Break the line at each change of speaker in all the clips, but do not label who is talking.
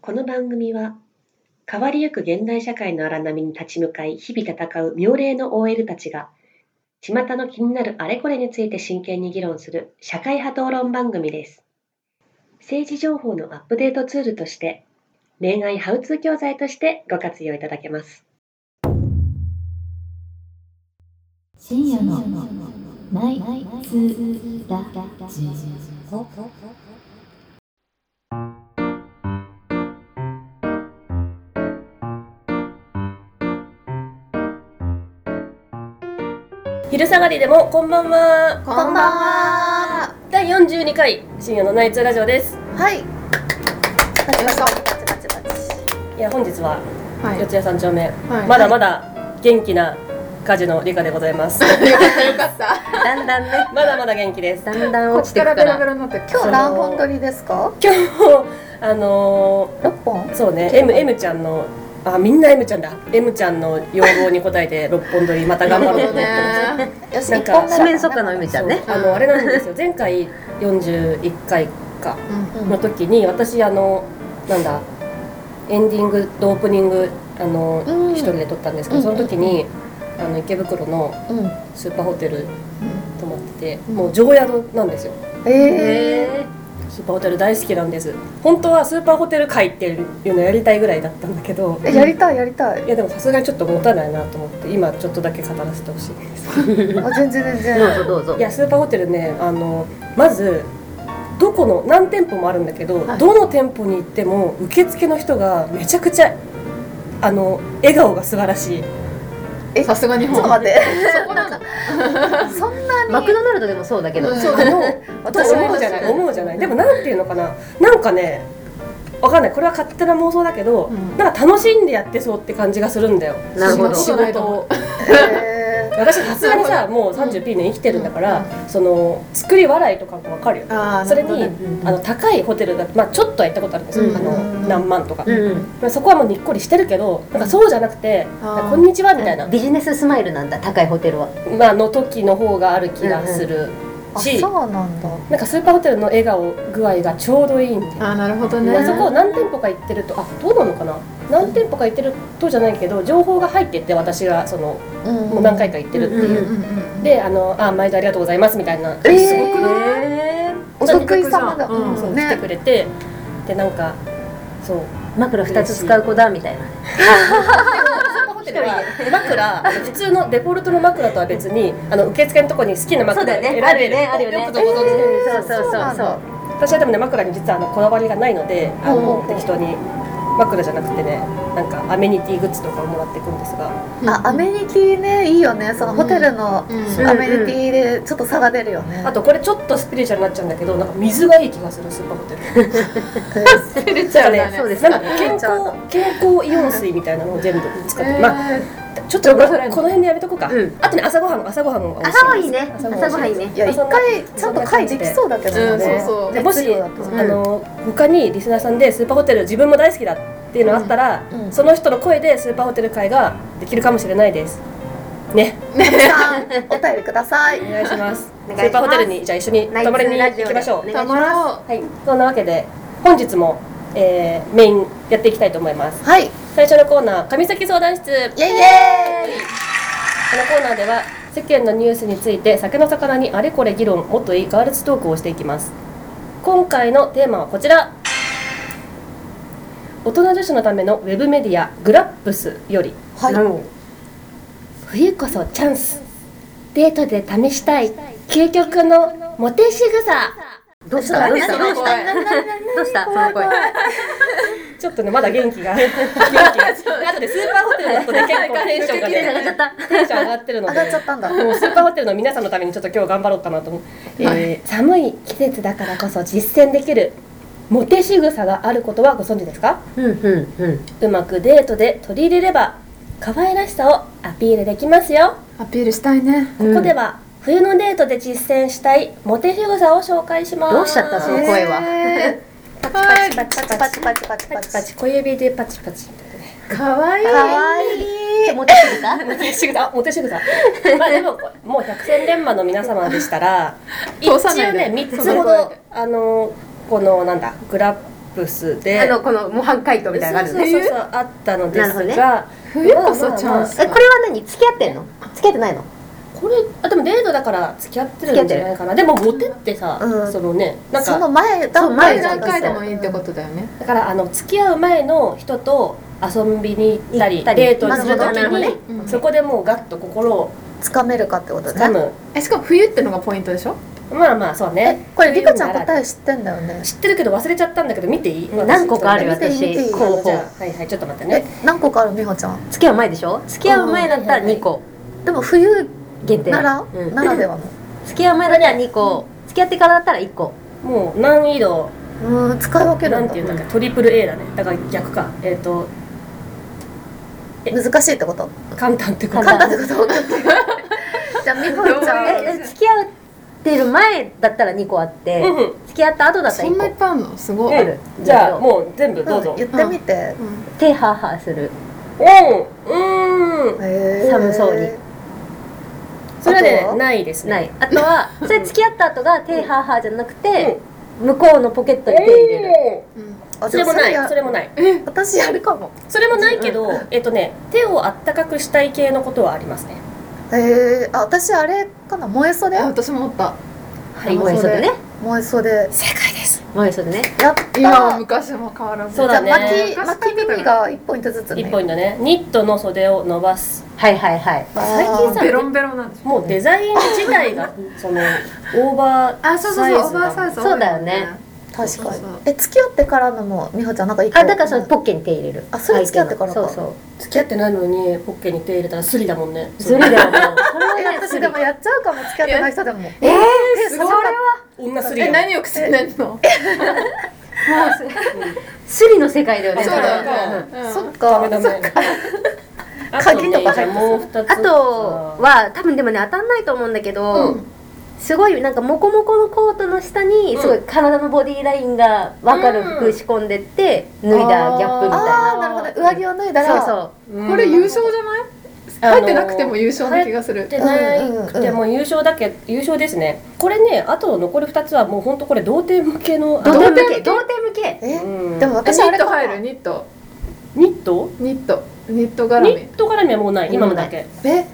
この番組は変わりゆく現代社会の荒波に立ち向かい日々戦う妙齢の OL たちが巷の気になるあれこれについて真剣に議論する社会派討論番組です政治情報のアップデートツールとして恋愛ハウツー教材としてご活用いただけます
深夜のナイツラジオ
昼下がりでもこんばんは
こんばんは。
第42回深夜のナイツラジオです
はい。
パチパチパチパチパチいや本日は
は
四。谷三丁目、
はい
まだまだ元気な家事の理科でございます
よかったよかった。
だんだんね
まだまだ元気です
だんだん
こ
落
っ
ちて
か
くから
ベラベ
ら
ラになって。今日何本撮りですか？
今日あの
六本
ー。そうね M, M ちゃんのあみんな M ちゃんだ M ちゃんの要望に応えて六本撮りまた頑張ろうと思って
ね。よし
なん
一
か
本目だね。
ベラ
四面楚歌の夢ちゃんね
あのあれなんですよ前回41回か
うん
の時に私あのなんだエンディングとオープニングあの、
うん
一人で撮ったんですけど
うん
その時にあの池袋の
うんうん。
スーパーホテル泊まっててもう常宿なんですよ
ええ。
スーパーホテル大好きなんです本当はスーパーホテル会っていうのやりたいぐらいだったんだけど
えやりたいやりたい。
いやでもさすがにちょっと持たないなと思って今ちょっとだけ語らせてほしいです
あ全然全
どう
然。
ぞどうぞ
いやスーパーホテルねあのまずどこの何店舗もあるんだけど、
はい
どの店舗に行っても受付の人がめちゃくちゃあの笑顔が素晴らしい
えさすが日本。ちょっと待って。そこなんかそんなに。
マクドナルドでもそうだけど
うん
そうあの
私も
思うじゃない思うじゃないでもなんていうのかななんかねわかんないこれは勝手な妄想だけど、
うん
なんか楽しんでやってそうって感じがするんだよ
なるほど
仕
そう
事を
えー
私さすがにさもう39年生きてるんだから、その作り笑いとかもわかるよ
あー
それに
なるほどね
あの高いホテルだまあ、ちょっとは行ったことあるんですよ、
うん
あの何万とか、
うんう
まあ、そこはもうにっこりしてるけどなんかそうじゃなくて「
あー
こんにちは」みたいな、
んビジネススマイルなんだ高いホテルは
まあ、の時の方がある気がする
あ
し、
そうなんだ。
なんかスーパーホテルの笑顔具合がちょうどいいんで、
あなるほど
まあ、そこを
こ
何店舗か行ってるとあどうなのかな何店舗か行ってるとじゃないけど情報が入ってって私がそのもう何回
か
か行ってるって
うん
いうう。
ん
であのあ毎度ありがとうございますみたいな、
えー
すごくない
お得意様だ。
うん
そううん来てくれて、でなんかそう
枕二つ使う子だみたいな
ホテルは枕普通のデフォルトの枕とは別にあの受付のとこに好きな
そう
枕
だよね
選べる
あるよねあるよね
よくぞご存知で
そうそう
そう
そ
な
うんそ
だ
う
私はでもね枕に実はあのこだわりがないのであ
ほうほう
の
ほう
適当に枕じゃなくてねなんかアメニティグッズとかをもらっていくんですが
あアメニティねいいよねそのホテルの
うん
アメニティでちょっと差が出るよね、
あとこれちょっとスピリチュアルになっちゃうんだけどなんか水がいい気がするスーパーホテ
え
ル
出れち
だ
ゃ
か
う
ら
ね
ね
そうです
なんか健康健康イオン水みたいなのを全部使って、
ー
まあちょっとこの辺でやめとこうか、
うん
あとね朝ごはん朝ごはんを
朝はいいね朝ごはんいいね
いや一回ちゃんと会できそうだけどね、
うんそうそう
でもし、
熱量だと
あの他にリスナーさんでスーパーホテル自分も大好きだっていうのがあったら、
うんうん
その人の声でスーパーホテル会ができるかもしれないですね
皆さんお便りください
お願いします
お願いします
スーパーホテルにじゃあ一緒に
ナイツ
泊まりに
ラジ
行
オ
き
で
ましょ
お願いします
う
たまら
はいそんなわけで本日も、えーメインやっていきたいと思います
はいイ
最初のコーナー上崎相談室こ
エイイエ
のコーナーでは世間のニュースについて酒の魚にあれこれ議論もっといいガールズトークをしていきます今回のテーマはこちら大人女子のためのウェブメディアグラップスより
イはい
うん
冬こそチャンスデートで試したい究極のモテ仕草
どうしたどうしたどうしたどうしたその声
ちょっとねまだ元気が元気があとでスーパーホテルだとね結構テン ションが
上が
ね
っちゃった
テンション上がってるの
上
で
がっちゃったんだ
もうスーパーホテルの皆さんのためにちょっと今日頑張ろうかなと思う、えー寒い季節だからこそ実践できるモテ仕草があることはご存知ですか
うんうんうん
うまくデートで取り入れれば可愛らしさをアピールできますよ
アピールしたいね
ここでは冬のデートで実践したいモテ仕草を紹介します
どうしちゃったその声は
え
パチパチパチパ
パ
チ
チパチパチ
パ
パ
チ
チ
パ
パ
チ小指でパチパチみたいなね
ーかわいい
かわいい
モテてるか
モテ仕 草あモテ仕草まあでももう百戦錬磨の皆様でしたら一
通
応
さないで
ね三つほ
その声
どあのこのなんだグラップスで
あのこの模範解答みたいなのがある
そう
の
そうそうそうあったのですが、
なるほどね
冬こそチャンス
えこれは何付き合ってんの付き合ってないの
これあでもデートだから付き合ってるんじゃないかなでもモテってさ、
うん
そのねなん
そ
か
の前多分前
前
じゃん
何回で
行
もいいってことだよね
だからあの付き合う前の人と遊びに行ったり
ったり
デートする
な
とき
るほどね
に、
うん
そこでもうガッと心を
つかめるかってこと
掴
ね
む、
えしかも冬ってのがポイントでしょ
まあまあそう
え
ね
これリカちゃん答
え
え知ってんだよね
知ってるけど忘れちゃったんだけど見ていい
うん何個かあるよ
見ていい見
私
ていい
候補
じゃあはいはいちょっと待って
え
ね
何個かある美穂ちゃん
付き合う前でしょ付き合う前だったら2個
でも冬
限定
なら
うん
ならでは
付き合う前だったら2個付き合ってからだったら1個
もう難易度
のうん使い分ける
なんん
だ
ていうんだっけトリプル A だねだから逆かえっ、と
難しいってこと
簡単ってこと
簡単ってことじゃあ美穂ちゃん
どう
ええ付き合ってる前だったら2個あって、
うんうん
付き合った後だった
そ
ら
ん
1
ないっ
個
ぱいあるのすごい、
えじゃあもう全部どうぞ、
うん言ってみて
手ハーハーする
うんうん
へー
寒そうに
それは
あとは
ねないですね
ないあとはそれ付き合った後が手ハーハーじゃなくて、向こうのポケット
お
に手入れる
ー
うん
あ
そ
じ
れ
ゃあ
も
そ
な
れ
い
や
それもない
私やるかも
それもないけど、えっとね手をあったかくしたい系のことはありますね
えー、あ私あれかな燃え袖
え私も思った
はい燃えそうでね
燃え袖
正解です
燃えそうでね
やった
今も昔も変わらず
そうだね
じゃあ巻き巻き耳が一ポイントずつね
一ポイントねニットの袖を伸ばす
はいはいはい
最近さ
あ
ベロンベロンなんでしょ
もうデザイン自体がそのオーバー
あそうそうそうオーバーサイズ多いもん
そうだよね
ー確か
そ
に
うそう
え付き合ってからのも美穂ちゃんなんか一個
あだからそのポッケに手入れる
あそれ付き合ってからか
そうそ
付き合ってないのにポッケに手入れたらスリだもんね
うずるだよもうそれは
え
ね
私でもやっちゃうかも付き合ってない人でも
えー
え
す
そ
ごい
れは
女ス
え
リだよ
何をくせないの
スリの世界だよね
そうだよ
うん
ね、
そっ
ダメ
か
ダメあと
鍵
ね
とか入って
じゃあもう二つ
あとは多分でもね当たんないと思うんだけど、
うん
すごいなんかモコモコのコートの下にすごい体のボディラインが分かる服仕込んでって脱いだギャップみたいな、
あーなるほどね上着を脱いだら
そうそう
うん
これ優勝じゃない入ってなくても優勝な気がする
入ってなくても優勝だけ優勝ですねこれねあと残る二つはもう本当これ同点向けの
童貞向け童貞向け
え
うん
でも
えニ
私あ
ッ
れか
ト
も
入るニット
ニット
ニットニット絡
ニ
み
ット絡みはもうない今のだけ
え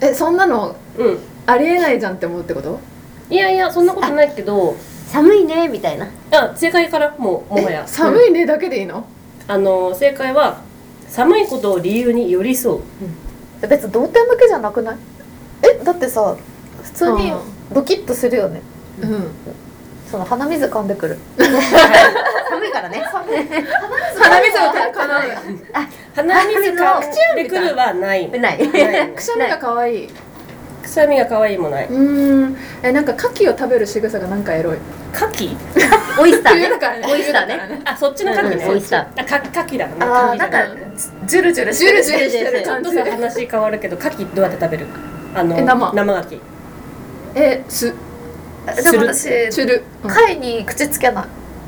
えそんなの
うん
ありえないじゃんって思うってこと
いやいやそんなことないけど
寒いねみたいな
あ正解からもうもはや
え寒いねだけでいいの
あの正解は寒いことを理由に寄り添う
え別に童貞向けじゃなくないえだってさ普通にドキッとするよね
うん
その鼻水噛んでくる
寒いからね
鼻水をかかな
鼻水かでくるはない
ない
ない
くしゃみが可愛い
くしゃみが可愛いもないう
ーんえなんか牡蠣を食べる仕草がなんかエロい
牡蠣
オイスター
冬
ね
だからね
オイスター
冬だから
ね
ね
あそっちの牡蠣
うんオイ
ね
スタ
あか牡蠣だもんね
あ
牡
ー
蠣
な
だ
ん
か
からジュルジュル
ジュルジュルしてる
ちょっ
感
と
じ
さ話変わるけど牡蠣どうやって食べるあの
え生
生牡蠣
えす
えでも私
チュル
貝に口つけない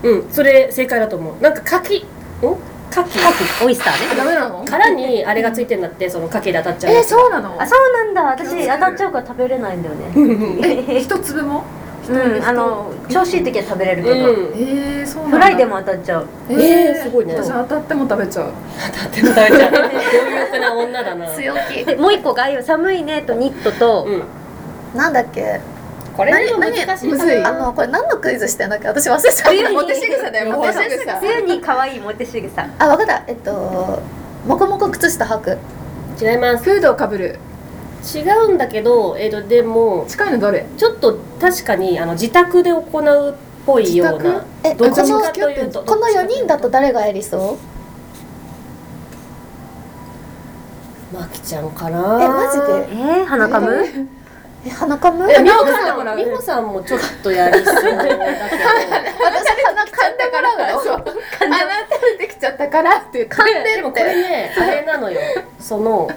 うんそれ正解だと思うなんか牡蠣お牡蠣
オイスターね
ダメなの
殻にあれがついてんだってその牡蠣で当たっちゃう
えそうなの
あそうなんだ私当たっちゃうから食べれないんだよね
え一粒も
うんあの調子いい時は食べれるけ ど、
うん
えー、そうなん
フ
だ
ライでも当たっちゃう
えー
えーすごいね
私当たっても食べちゃう
だっても食べちゃう貪欲な女だな
強気
でもう一個がああいう寒いねとニットと、
うん
なんだっけ
これでも難しい
むずい
あのこれ何のクイズしてんだっけ私忘れちゃっ
冬に
モテ仕草だよモテ仕草
冬に可愛いモテ仕草
たあわかったえっともこもこ靴下履く
違いま
フードをかぶる
す違うんだけどえっとでも
近いのどれ
ちょっと確かにあの自宅で行うっぽいような
え
ど
こ
っち
の
かというと
この4人だと誰がやりそう
マキちゃんか
え
な
マジで
えー、花かむ、
え花かむ
え
私
美
み
穂
ほさん
さ
も
ん
らう
美穂さんもちょっとやりそうだけど
鼻かんでもらうの
そうあなた出てきちゃったからって言って
ででもこれねあれなのよその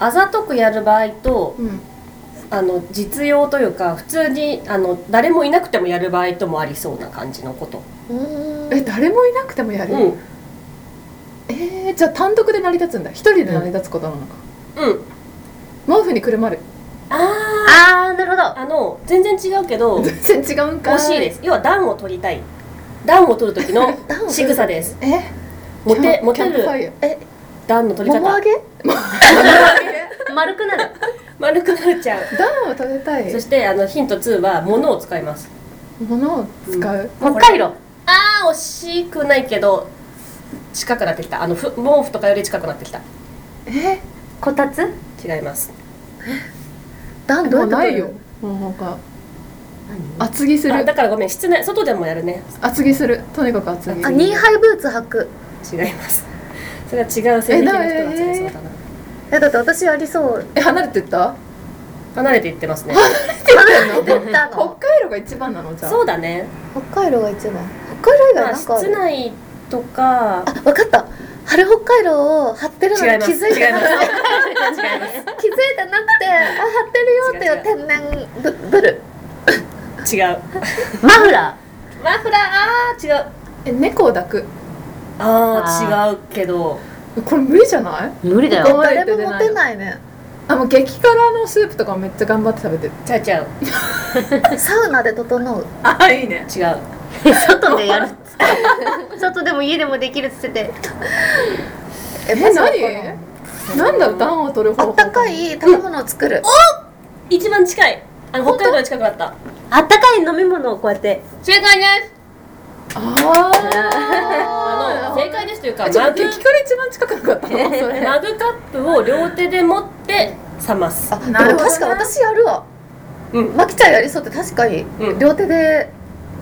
あざとくやる場合と
うん
あの実用というか普通にあの誰もいなくてもやる場合ともありそうな感じのこと、
うー
え
ん
誰もいなくてもやる、
うんうん
えー、じゃあ単独で成り立つんだ一人で成り立つことなのか、毛布にくるまる
あ
あーなるほ
ああの全然違うけど
全然違うんか
惜しいです要は暖を取りたい暖を取る時の
暖を取る時
仕草です
え
モテモテ
キャンプファイヤ
る
ー
暖の取り
桃
方
揚げ
丸くなる
丸くなっちゃう
暖を食べたい
そしてあのヒント2は物を使います
物を使う、
北海道ああ惜しくないけど近くなってきたあのふ毛布とかより近くなってきた
え
こたつ
違います
暖
も
ど
う
う
な
やっ
い
て
よもうなんか厚着す
あ
る
だからごめん室内外でもやるね
厚着するとにかく厚着
あニーハイブーツ履く
違います それは違う性癖の人が使いそうだな
えだって私ありそう
え離れてった
離れていってますね
離れ てた
北
の
海道が一番なのじゃあ
そうだね
北海道が一番北海道以
まあ
外なんかあ
室
る
内とか
あ分かった春北海道を貼ってるの
違い
に
ま
気
す
づいてなく
違
て
います 違います
気づいてなくてあ貼ってるよっていう天然ブブル
違う
マフラ
マフラーあー違う
え猫を抱く
あー違うけど
これ無理じゃない
ー無理だ
よ
よ
可愛い
誰
って出ない
もモテないね
あもう激辛のスープとかもめっちゃ頑張って食べてる
ちゃうちゃう
サウナで整う
あいいね
違う
外でやるっつって外でも家でもできるっつってて
え
え何なんだろう暖を取る方
あ
法
ったかい食べ物を作る
一番近いあの北海道に近くなった
あったかい飲み物をこうやって
正解ですあ
あ
の正解ですというか
あちょ
マ
っと
グ
激辛一番近くなかったのそれ
マグカップを両手で持って冷ます
あでも
なるほどね
確か私やるわ
うん
マキちゃんやりそうって確かに
うん
両手で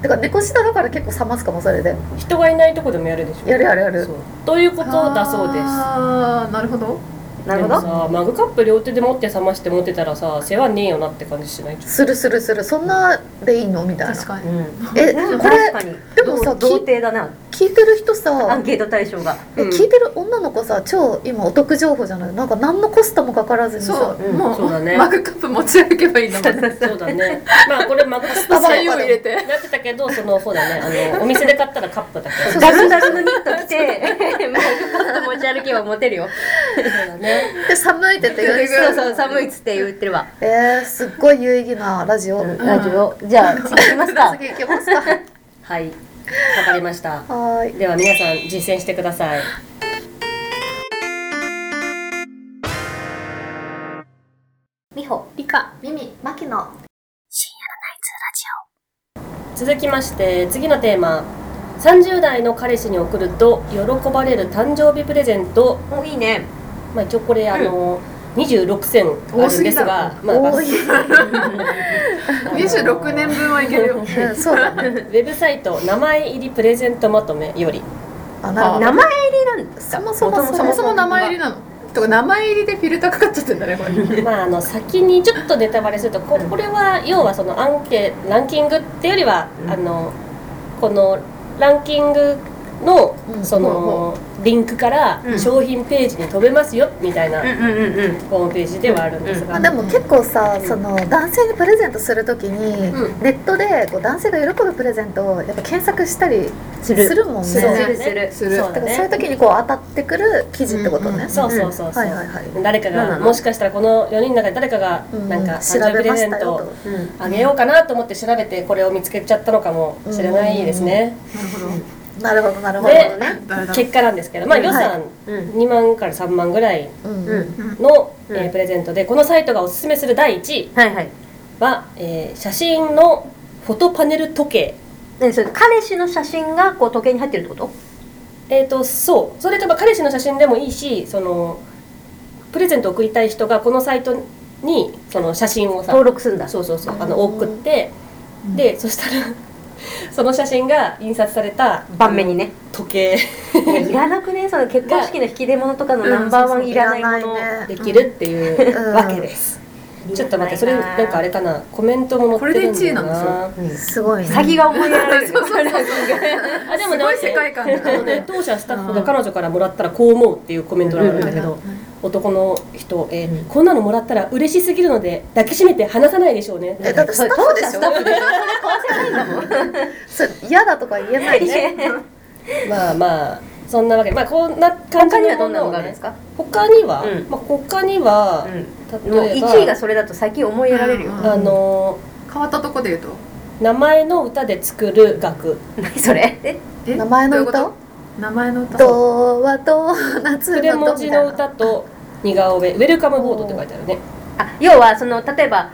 てか猫舌だから結構冷ますかもそれで
人がいないとこでもやるでしょ
やるやるやる
そうということだそうです
ああなるほど
なる
で
ほ
も
ど
さマグカップ両手で持って冷まして持ってたらさ世話ねえよなって感じしない
するするするそんなでいいのみたい
確
な
か
う
に
ん
え
でも
これ
確かに
でもさ
同童貞だな
聞いてる人
ア
さ
ンケート対象が
え
うん
聞いてる女の子さ超今お得情報じゃないなんか何のコストもかからずに
そ
さ
う、
うん
もう
そうだね
マグカップ持ち上げばいいんだもん
そうだねまあこれマグカップ
タバ
白
コ
湯を入れて
なってたけどそのそうだねあのお店で買ったらカップだけ
そう
ダルダルのニット着 てマグカップ持ち歩けばモテるよ
そうだね
で寒いっててより
そう
さ
そう寒いっつって言ってるわ
えー、すっごい有意義なラジオ、
ラジオじゃあ次行きますか
次行きますか
はいわかりました
はーい
では皆さん実践してください
みほ
理科
みみまきの
続きまして次のテーマ30代の彼氏に送ると喜ばれる誕生日プレゼント、
もういいね
まあ、一応これ、あの26選あるんですがまあ
多い、
あの
26年分はいけるよ
うん、そうだね
ウェブサイト名前入りプレゼントまとめよ り
あなるほ
名前入りなん
ど
です
そ
か
もそも
そもそも名前入りなのとか名前入りでフィルターかかっちゃってんだねこれ
まああの先にちょっとネタバレするとここれは要はそのアンケランキングってよりは、あのこのランキングの
うん
そのリンクから
うん
商品ページに飛べますよみたいな
うんうんうんうん
ホームページではあるんです
まあ、
が
でも結構さ、
うん
その男性にプレゼントするときに、
う
ネットでこう男性が喜ぶプレゼントをやっぱ検索したりす
する
るもんね
する
する
ね
する
する
そうだ
だからそういう
ね
時にこう当たってくる記事ってことね、
うんうん
そうそうそうそ
はいはいうはい、
誰か
なんな
が
の
もしかしたらこの4人の中で誰かが
うん
なんか
調
誕生日プ
べ
レ
ま
ゼ
し
ン
た
ト
よ
を
と
うん
あげようかなと思って調べてこれを見つけちゃったのかもしれないですね
なるほどなるほど
で
ね、
誰だ
結果なんですけどまあ予算
うん
2万から3万ぐらい
うんう
う
ん
ん
の、
うん
えープレゼントでこのサイトがおすすめする第1位
はいはい
は、えー写真のフォトパネル時計
えそれ彼氏の写真がこう時計に入ってるってこと
えっ、とそうそれとか彼氏の写真でもいいしそのプレゼントを送りたい人がこのサイトにその写真をさ
登録するんだ
そうそうそうあの送って、でそしたら その写真が印刷された
盤面にね
時計
いやいらなくねその結婚式の引き出物とかのナンバーワンいらないもの
できるっていう
うん
わけです、ちょっと待ってそれなんかあれかなコメントも載ってるんだよな
これで一位なん
うん
すごいね
先が思いやら れる
あでもね
すごい世界観だ
あのね当社スタッフが彼女からもらったらこう思うっていうコメントがあるんだけど、男の人、えーこんなのもらったら嬉しすぎるので抱きしめて離さないでしょうね」
えだってスタッフでしょ それ嫌だとか言えないね
まあまあそんなわけでまあこんな感じ
他
の
には
も
どんな
の
の
を
があるんで
ね
すか、
他には、
うん
まあ、他には
う、ん、
例えば
1位がそれだと先思いやられるよ、
うん
あの
変わったとこで言うと
名前の歌で作る楽
何それえ
え
名前
どう
の歌
いうこと名前の歌
ドはドーナツ
筆
のド
文
み
字
たい
の
な
歌と似顔絵ウェルカムボードって書いてあるね
あ要はその例えば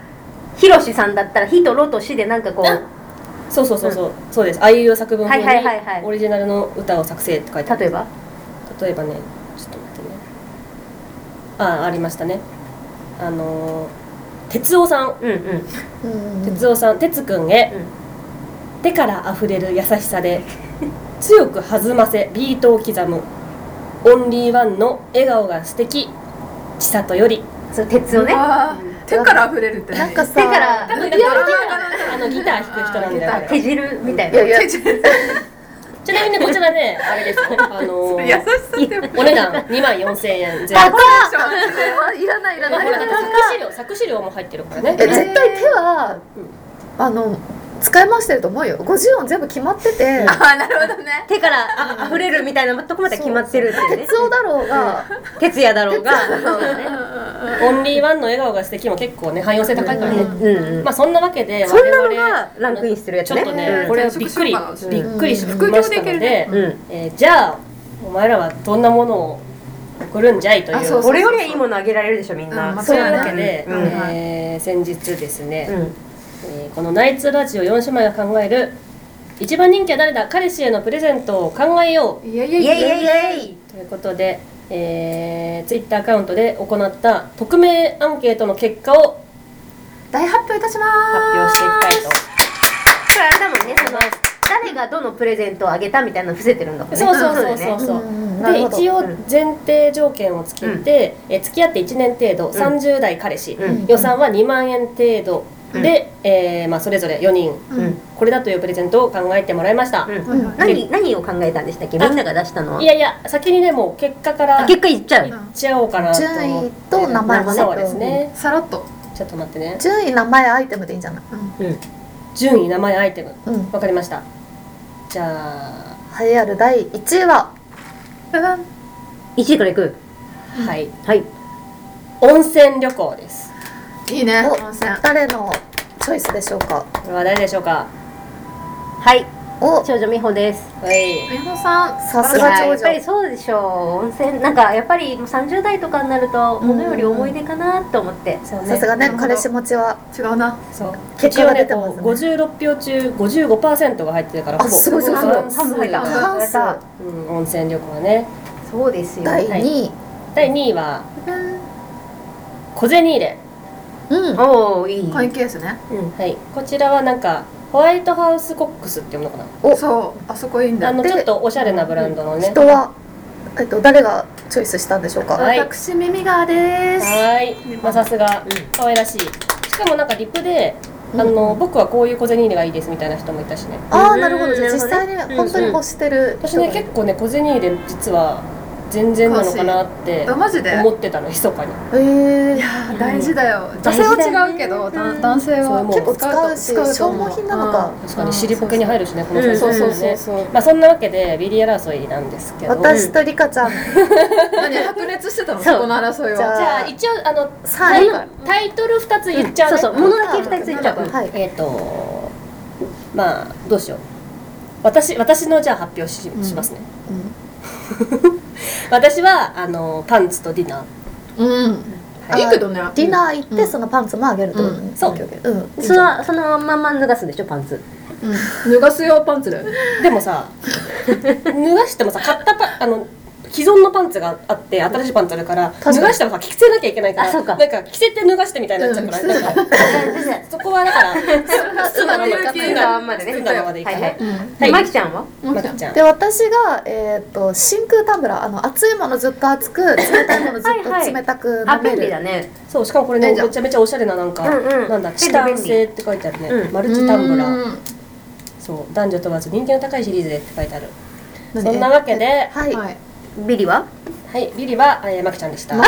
ひろしさんだったら「ひ」と「ろ」と「し」でなんかこう
そうそうそうそう、そうですあいうえお作文風に
はいはいはいはい
オリジナルの歌を作成って書いてある
例えば
例えばねちょっと待ってねあありましたねあのー哲夫さん
うんうん
うんうん
哲夫さん哲くんへ、手から溢れる優しさで 強く弾ませビートを刻むオンリーワンの笑顔が素敵千里より
それ鉄をね
あー手から溢れるって
なんかさ
手から
多分ギターあのギター弾く人なんだよ
あ
これ
手汁みたい
いや
ない
や
ちなみにこちらねあれですあの
優し
ー
さってやっぱ
お値段2万4000円全部
いらないいら
ほ
ない
らだって作詞料作詞料も入ってるからね
え絶対手はあの使い回してると思うよ50音全部決まってて
あなるほどね
手からあ溢れるみたいなとこまで決まってるっていうね
鉄夫だろうが
徹夜だろうが
オンリーワンの笑顔が素敵も結構ね汎用性高いからね、
うんうん
まあそんなわけで
そんなの
我
がランクインしてるや
ち
つ
ょっ
ね
とね、これはびっくり、
うん
びっくりしま
副業
し
で
た
いけ
の
る
で
ね、
うんうん
えーじゃあお前らはどんなものを送るんじゃいという
あそう
俺よりはいいものあげられるでしょみん
うん
な
まあ
そういう
だね
わけで、
うん
えー先日ですね、
うん
えーこのナイツラジオ4姉妹が考える一番人気は誰だ彼氏へのプレゼントを考えよう
いやい
イエ
や
イ
い
イ
や
エイイエイ
ということで、えー、ツイッターアカウントで行った匿名アンケートの結果を
大発表いたします
発表していきたいと
これあれだもんねその誰がどのプレゼントをあげたみたいなの伏せてるんだもんね
そうそうそう
だ
そ
よ
う
ね
そう、
うんな
で
るほど
一応前提条件をつけて、え付き合って1年程度、30代彼氏、
うん
予算は2万円程度
うん
で、えーまあ、それぞれ4人
うん
これだというプレゼントを考えてもらいました、
うん何何を考えたんでしたっけみんなが出したのはい
やいや先にねもう結果から
あ結果言っちゃ
言
う
っちゃおうかなと思
順
っ
位
て
と名前もね
そうですね、
さらっと
ちょっと待ってね
順位名前アイテムでいいんじゃない
順位名前アイテム
うん
わかりましたじゃあ
栄えある第1位はダダン
1位からいく
はい
はい
温泉旅行です
いいね
お
温泉
誰のチョイスでしょうか
これは誰でしょうか
はい
お
少女美穂です
はい
美穂さん
さす
いや
が長
やっぱり
女
そうでしょう温泉なんかやっぱりもう30代とかになるとものより思い出かなと思って、
そう
さすが
な
ね
るほど
彼氏持ちは
違うな
そう
結
一
果
応
が
ね
出てま
こ
す
う
ね
56票中55%が入ってるから
あすごいすごいすごい
半数
半分入った
過半数
うん、温泉旅行はね
そうですよ
第2位
第2位は小銭入れ、
うん
おおいい
コインケースね
はい、こちらはなんかホワイトハウスコックスって読むのか
お
そうあそこいいん
な
だ
あの
で
ちょっとおしゃれなブランドのね
人はえっと誰がチョイスしたんでしょうか
はい
私耳がです
はーい、まあ、さすが可愛らしいしかもなんかリプであの、僕はこういう小銭入れがいいですみたいな人もいたしね
ああなるほどじゃあ
うん
実際に本当に欲してる
私ね結構ね小銭入れ実は全然なのかなって
あマジで
思ってたの密かに
構え
い
え
やー大事だよ女性は違うけどだ男性
そう
は
思う
結構使うし
使うと
消耗品なのか
確かに尻ポケに入るしねこの小
うん
銭
そう
入れ
そう
ね
そうそう
まあそんなわけでビリ争いなんですけど
私とリカちゃんじ
何白熱してたの
そう
そこの争い
ゃ
は
じゃあ
あ
一応あのタ
3
イ
位から
タイトル2つ言っちゃう
そ
ね、
うそう物だけ2つ言っちゃう、
はい
えっ、とまあどうしよう私私のじゃあ発表ししますね、 私はあのパンツとディナー
うんいいけどね
ディナー行ってそのパンツもあげるってこと
う
ね
そう
オッケーオッケーうん
そのそのまんま脱がすんでしょパンツ
脱がす用パンツだよね
でもさ脱がしてもさ買ったパンあの既存のパンツがあって新しいパンツあるから脱
かに
がしてもさ着せなきゃいけないから
あそうか
なんか着せて脱がしてみたいになっちゃうから、
うん
なんかそこはだから
つまり靴側までね
靴側までいか
は
ないい、
はい
は
で
い
マキちゃんは
まきちゃん
で私が、えー、と真空タンブラーあの熱いものずっと熱く冷たいものずっ
はいはい
と冷たく
あ
飲め
便
る
利だね
そうしかもこれね
便利じゃん
めちゃめちゃおしゃれななんか、
うんうん
なんだ
便利
チタン製って書いてあるね、
うん
マルチタンブラー
うん
そう男女問わず人気の高いシリーズでって書いてある
何
そんなわけで
はい、
はい
ビリは
はいビリは、えー、まきちゃんでしたま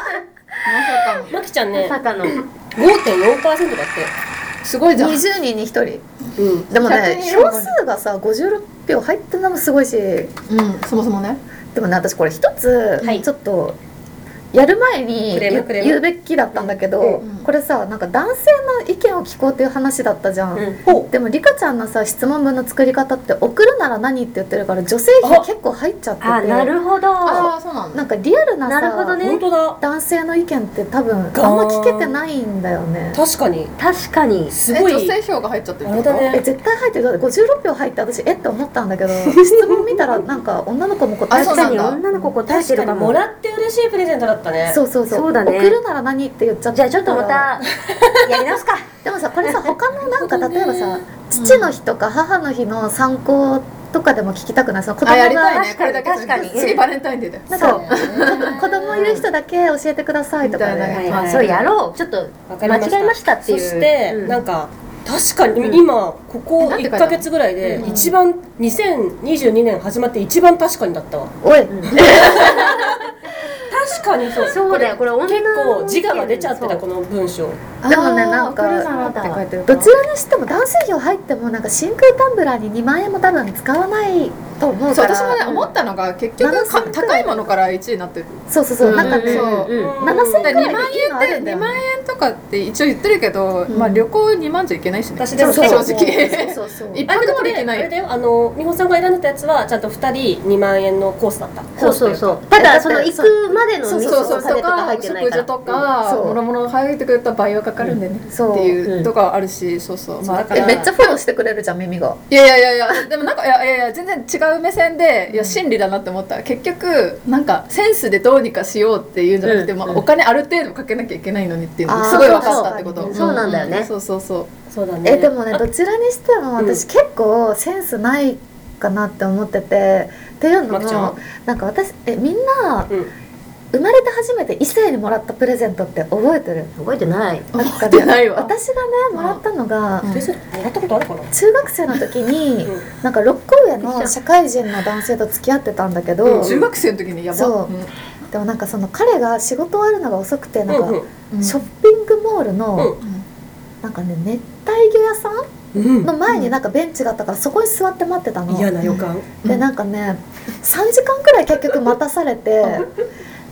まさか
きちゃんね
坂の
5.4%だっ
のすごいじゃん
20人に1人
てうん
でもね
100人
票数がさ56票入ってるのもすごいしで
うんそもそもね
もね私これ一つ、
はい
ちょっとやる前に
クレーム
言
クレーム
言うべきだったんだけど、
うん
これさなんか男性の意見を聞こうっていう話だったじゃん、
うんほ
でもリカちゃんのさ質問文の作り方って「送るなら何?」って言ってるから女性
あ
比結構入っちゃってて
あなるほど
ああそうなんだ
なんかリアルなさ
なるほど
う
ね
本当だ
男性の意見って多分あんま聞けてないんだよね
確かに
確かに
す
え
ごい
女性票が入っちゃってる
あれだ
え
ね
絶対入ってるだって56票入って私えって思ったん だけど質問見たらなんか女の子も答え
あそ
て
うな
た
確か
ん
に
だ
女の子答えて
確か
るか
に
も
もらって嬉しいプレゼントだったね
そうそうそう
そうだね
送るなら何って言っちゃった
じゃあちょっとまた やり直すか
でもさこれさ他のなんか
なるほど
例え
ね
ばさ父の日とか母の日の参考とかでも聞きたくないその子供
あやり
が
たいねこれだけ
確かに
次バレンタインデーだよ
なん
そう
か 子供いる人だけ教えてくださいとか
みたいな
ね
はい
あそうやろうちょっと
わかり
間
ました
違えましたってい
そうして、
うん
なんか確かに今ここ
えなんて書いた
1
の
か月ぐらいで
うん
一番2022年始まって一番確かにだったわ
おい
確か にそう
そうだよこれ女
結構
の
自我が出ちゃってた
そう
この文章
でもねなん
あー送る
か
ならって書いてるか
どちらにしても男性票入ってもなんか真空タンブラーに2万円も多分使わないと思う
そう
か
私もね
ら
思ったのが結局か
7000
高いものから1位になってる
そうそうそうなんか
う
ね
そう
うん
7000くらい
2万円
でいいのある
っ
ん
て2
だよ
万円とかって一応言ってるけど、
うん
まあ旅行2万じゃいけないしね
私でも
正
そう
直
そうそうそう
一
あ
泊
でも
も
こ
で
れ
き
あ
ない
れだよあの美穂さんが選んでたやつはちゃんと2人2万円のコースだった
そうそう
コースとい
そうただその
だって
行くまでの
そう
味
そ
噌
う
そうそう
の
とか
タレとか入ってない
食
から
事とか
うんそう
もろもろ入ってくれたら倍はかかるんでね、
そう
っていううんとかあるし、そうそうまあ
そうだから
えめっちゃフォローしてくれるじゃん耳が
いやいやいやいやでもなんかいやいやいや全然違う目線でいや真理だなって思った結局なんかセンスでどうにかしようっていうんじゃなくて、
うん
まあ、
うん
お金ある程度かけなきゃいけないのにっていうの
あ
が
ー
すごい分かったってこと
そう
そうなんだよね
そうそうそう
そうだね
えでもねどちらにして
う
も
ん
私結構センスないかなって思ってて、っていうの
まきちゃん
もなんか私えみんな、
うん
生まれて初めて異性にもらったプレゼントって覚えてる
覚えてない
なんか
って
ね
ないわ
私がねもらったのが、
うん
プレゼントもらったことあるかな
中学生の時に、
うん
なんか6個上の社会人の男性と付き合ってたんだけど、
うん
中学生の時にやば
そうでもなんかその彼が仕事終わるのが遅くてなんか、ショッピングモールの、
うん
なんかね熱帯魚屋さん
うん
の前になんかベンチがあったからそこに座って待ってたの。
嫌な予感
でなんかね3時間くらい結局待たされて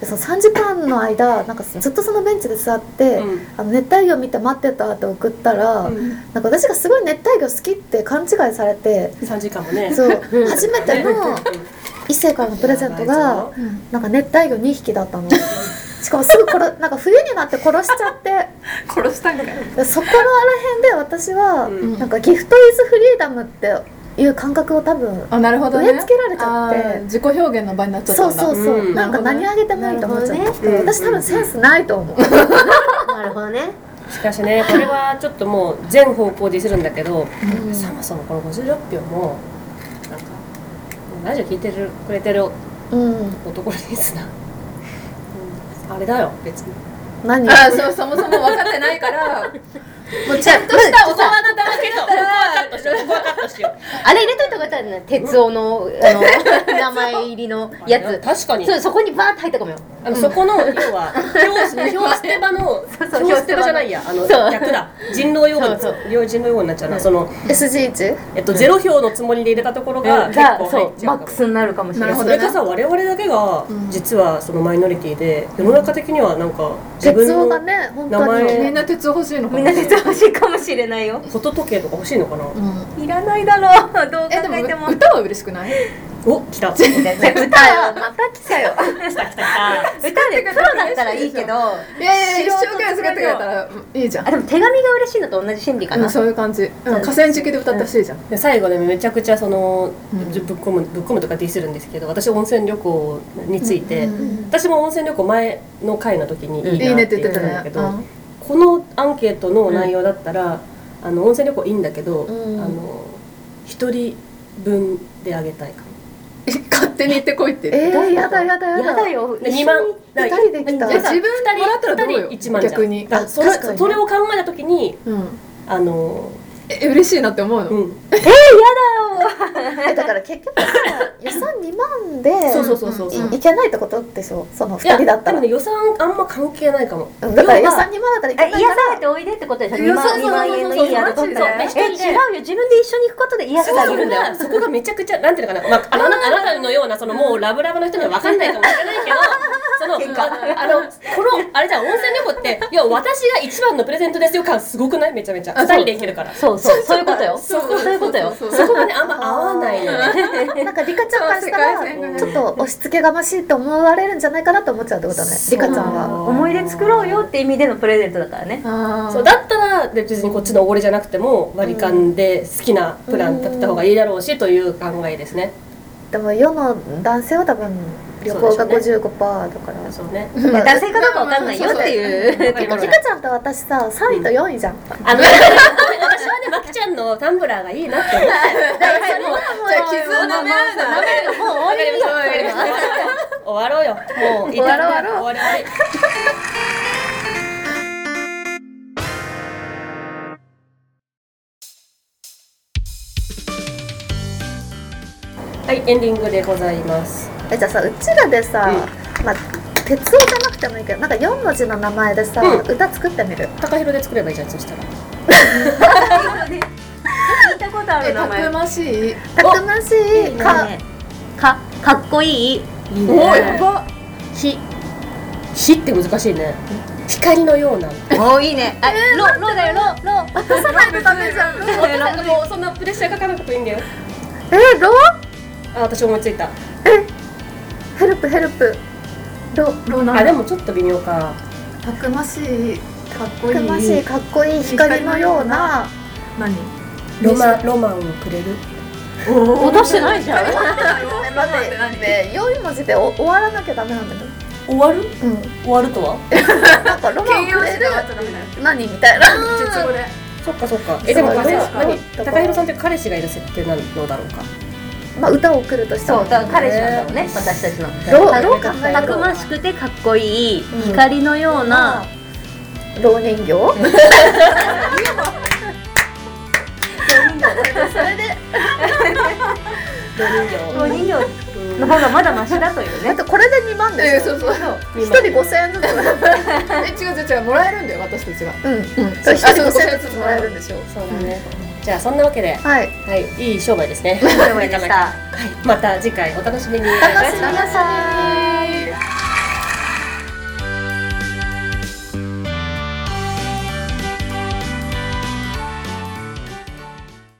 でその3時間の間なんかずっとそのベンチで座って、
うん
あの熱帯魚見て待ってたって送ったら、
うん
なんか私がすごい熱帯魚好きって勘違いされて
3時間もね
そう
うん
初めての異性からのプレゼントがなんか熱帯魚2匹だったの。しかもすぐ殺なんか冬になって殺しちゃって
殺したんかい
でそこら辺で私は、
うん
なんかギフト・イズ・フリーダムっていう感覚を多分
あなるほど
植
ね
え付けられちゃ
あ
って、
ー自己表現の場になっちゃった
そうん
だ
そうそう、
うん
なんか何あげてもいいと思っちゃ
なる
っ
ほ
て、
どね
私多分センスないと思う、
なるほどね
しかしねこれはちょっともう全方向でするんだけどそもそもこの56票もなんかラジオ聞いてるくれてる
うん、
男リスナーうんあれだよ別 に
何
あーそうそもそも分かってないからもうちゃんとした大人の男性だったら
ここはカットしよう
あれ入れといた方がよかったね鉄夫のあの名前入りのやつ
確かに
そうそこにバーって入ったかもよ
あのそこの要は票票捨て場の
そう
票捨て場じゃないやあの
そう
逆だ 人狼用語に
そう
両人狼用語になっちゃうなその
SG1?
えっとゼロ票のつもりで入れたところが結
が
構入
そ
っ
う
ちゃ
マ
う
ッ
か
ク
も
スになるかもしれ
なる
な
ほ
い
ど
そ
ね
れがさ我々だけが
うん
実はそのマイノリティで世の中的にはなんか自分
鉄夫が
の
ね本
名
当
前
に
みんな鉄欲しいのか
みん
な
な出てほしいかもしれないよ
こと時計とか欲しいのかない
らないだろうどう考
えで
えて
も
も
歌は嬉しくない
お来た来た
歌よまた来たよ
来た来た
歌でプロだったらいいけど
いやいや一生懸命
素人
作ってくれたらうんいいじゃん
あでも手紙が嬉しいのと同じ心理か
う、
なん
そういう感じ、うん、河川敷で歌ってほしいじゃん、
で最後でめちゃくちゃその、
うん
ぶっ込むぶっ込むとかディスるんですけど私温泉旅行について、
うん
私も温泉旅行前の回の時にい
い
い
い
な
ね
っ
って
て
言
言
った
っててたん
ね
だけど、このアンケートの内容だったら、あの温泉旅行いいんだけど、
うん
あの一人分であげたいかも。
うん勝手に行ってこいって言って
えー、やだやだやだ
やだよ
で2万だから
二人で来た
じゃあ自分
二人
もらったらどうよ
二人1万じゃん
逆に
だからそれ
確かに
それを考えた時に
うん
あの、
え嬉しいなって思うの、
うん、
えだから結局さ予算2万で
そうそうそうそうそう
うん
いいけないってことでしょその
い
2
や
人だった
で
ら
もね予算あんま関係ないかも
うんだから予
要は
算2万だったら
え
いけな
癒
い
さ
から
れておいでってことでしょ
いや
2
そ
万
うそう
,2 万円のいいやつ
そうそうそうマジ
え
で
違うよ自分で一緒に行くことで癒さ
そう
れ
な
て
ん
るんだ
だ
よ
そこがめちゃくちゃなんていうのかな、まあ、あのあなたのようなそのもうラブラブな人には分かんないかもしれないけどそのああのこのあれじゃん温泉旅行っていや私が一番のプレゼントですよ感すごくないめちゃめちゃ
あ
二
そう
人でいけるから
そうそうそういうことよ
そう
そういうことよ
そうそう
そこがねあんま合わないよね
なんかリカちゃんからしたら
そう世界線がね
ちょっと押し付けがましいって思われるんじゃないかなと思っちゃうってことねリカちゃんは
思い出作ろうよって意味でのプレゼントだからね
あ
そうだったら別にこっちのおごりじゃなくても割り勘で好きなプラン立てた方がいいだろうしという考えですね。
でも世の男性は多分旅行が
そうでし
55%だ から
そうね。
だから
男性かどうかわかんないよっていう
わかります
リカちゃんと私さ3位と4位じゃん、
あの私はねまきちゃんのタンブラーがいいなって思って。もう
じゃあ傷を舐め合うな舐めるのもう終わりよ
終わろうよ。もう終
わろう終わろう
終わり。はい、エンディングでございます。
えじゃあさうちらでさ、まあ鉄夫じゃなくてもいいけどなんか4文字の名前でさ、
う
歌作ってみる
高弘で作ればいいじゃん、そしたら。
聞いたことあ
え
る
た
名前
くましい
たくましいか
かかっこいい
いい
おーやば
火火って難しいね光のような
おいいねあロロだよロロ
もうそんなプレッシャーかかなくていいんだよ
えロ
あ私思いついた
ヘルプヘルプロ
ロナ
あでもちょっと微妙か
たくましいかっこ
た
いい
くましいかっこいい光のような
何
ロマロマンをくれる
お
戻してないじゃ
え
ん
待って待って4文字でお終わらなきゃダメなんだよ
終わる
うん
終わるとは
なんかロマン
形
く
容
れ
詞
る
があっちゃダメだよ
何みたいな
術語で
そっかそっかえでも
そう
あれ
そう
何
そう
高弘さんって彼氏がいる設定なのだろうか
まあ歌を送るとした
そう
ら
だから彼氏なんだろうね私たちの
ロ
た
ロ考え
たく
ろ
ましくてかっこいい
ん
光のような
老人形
ロ人
お人形の方がまだマシだという
だっ
ね
てこれで2万
え
で
ー
し
そ
ょ
うそう
一人5000円ずつ
え違う違う違うもらえるんだよ私たちが
うん
そ
そう
う
一
一人
人
五
5000
千
円
円
ず
ずつ
つも
も
ら
ら
え
え
る
る
ん
ん
でしょ
そうだねじゃあそんなわけで
はい
はいいい商売ですね
思いでした
はいまた次回お楽しみに
楽しみなさい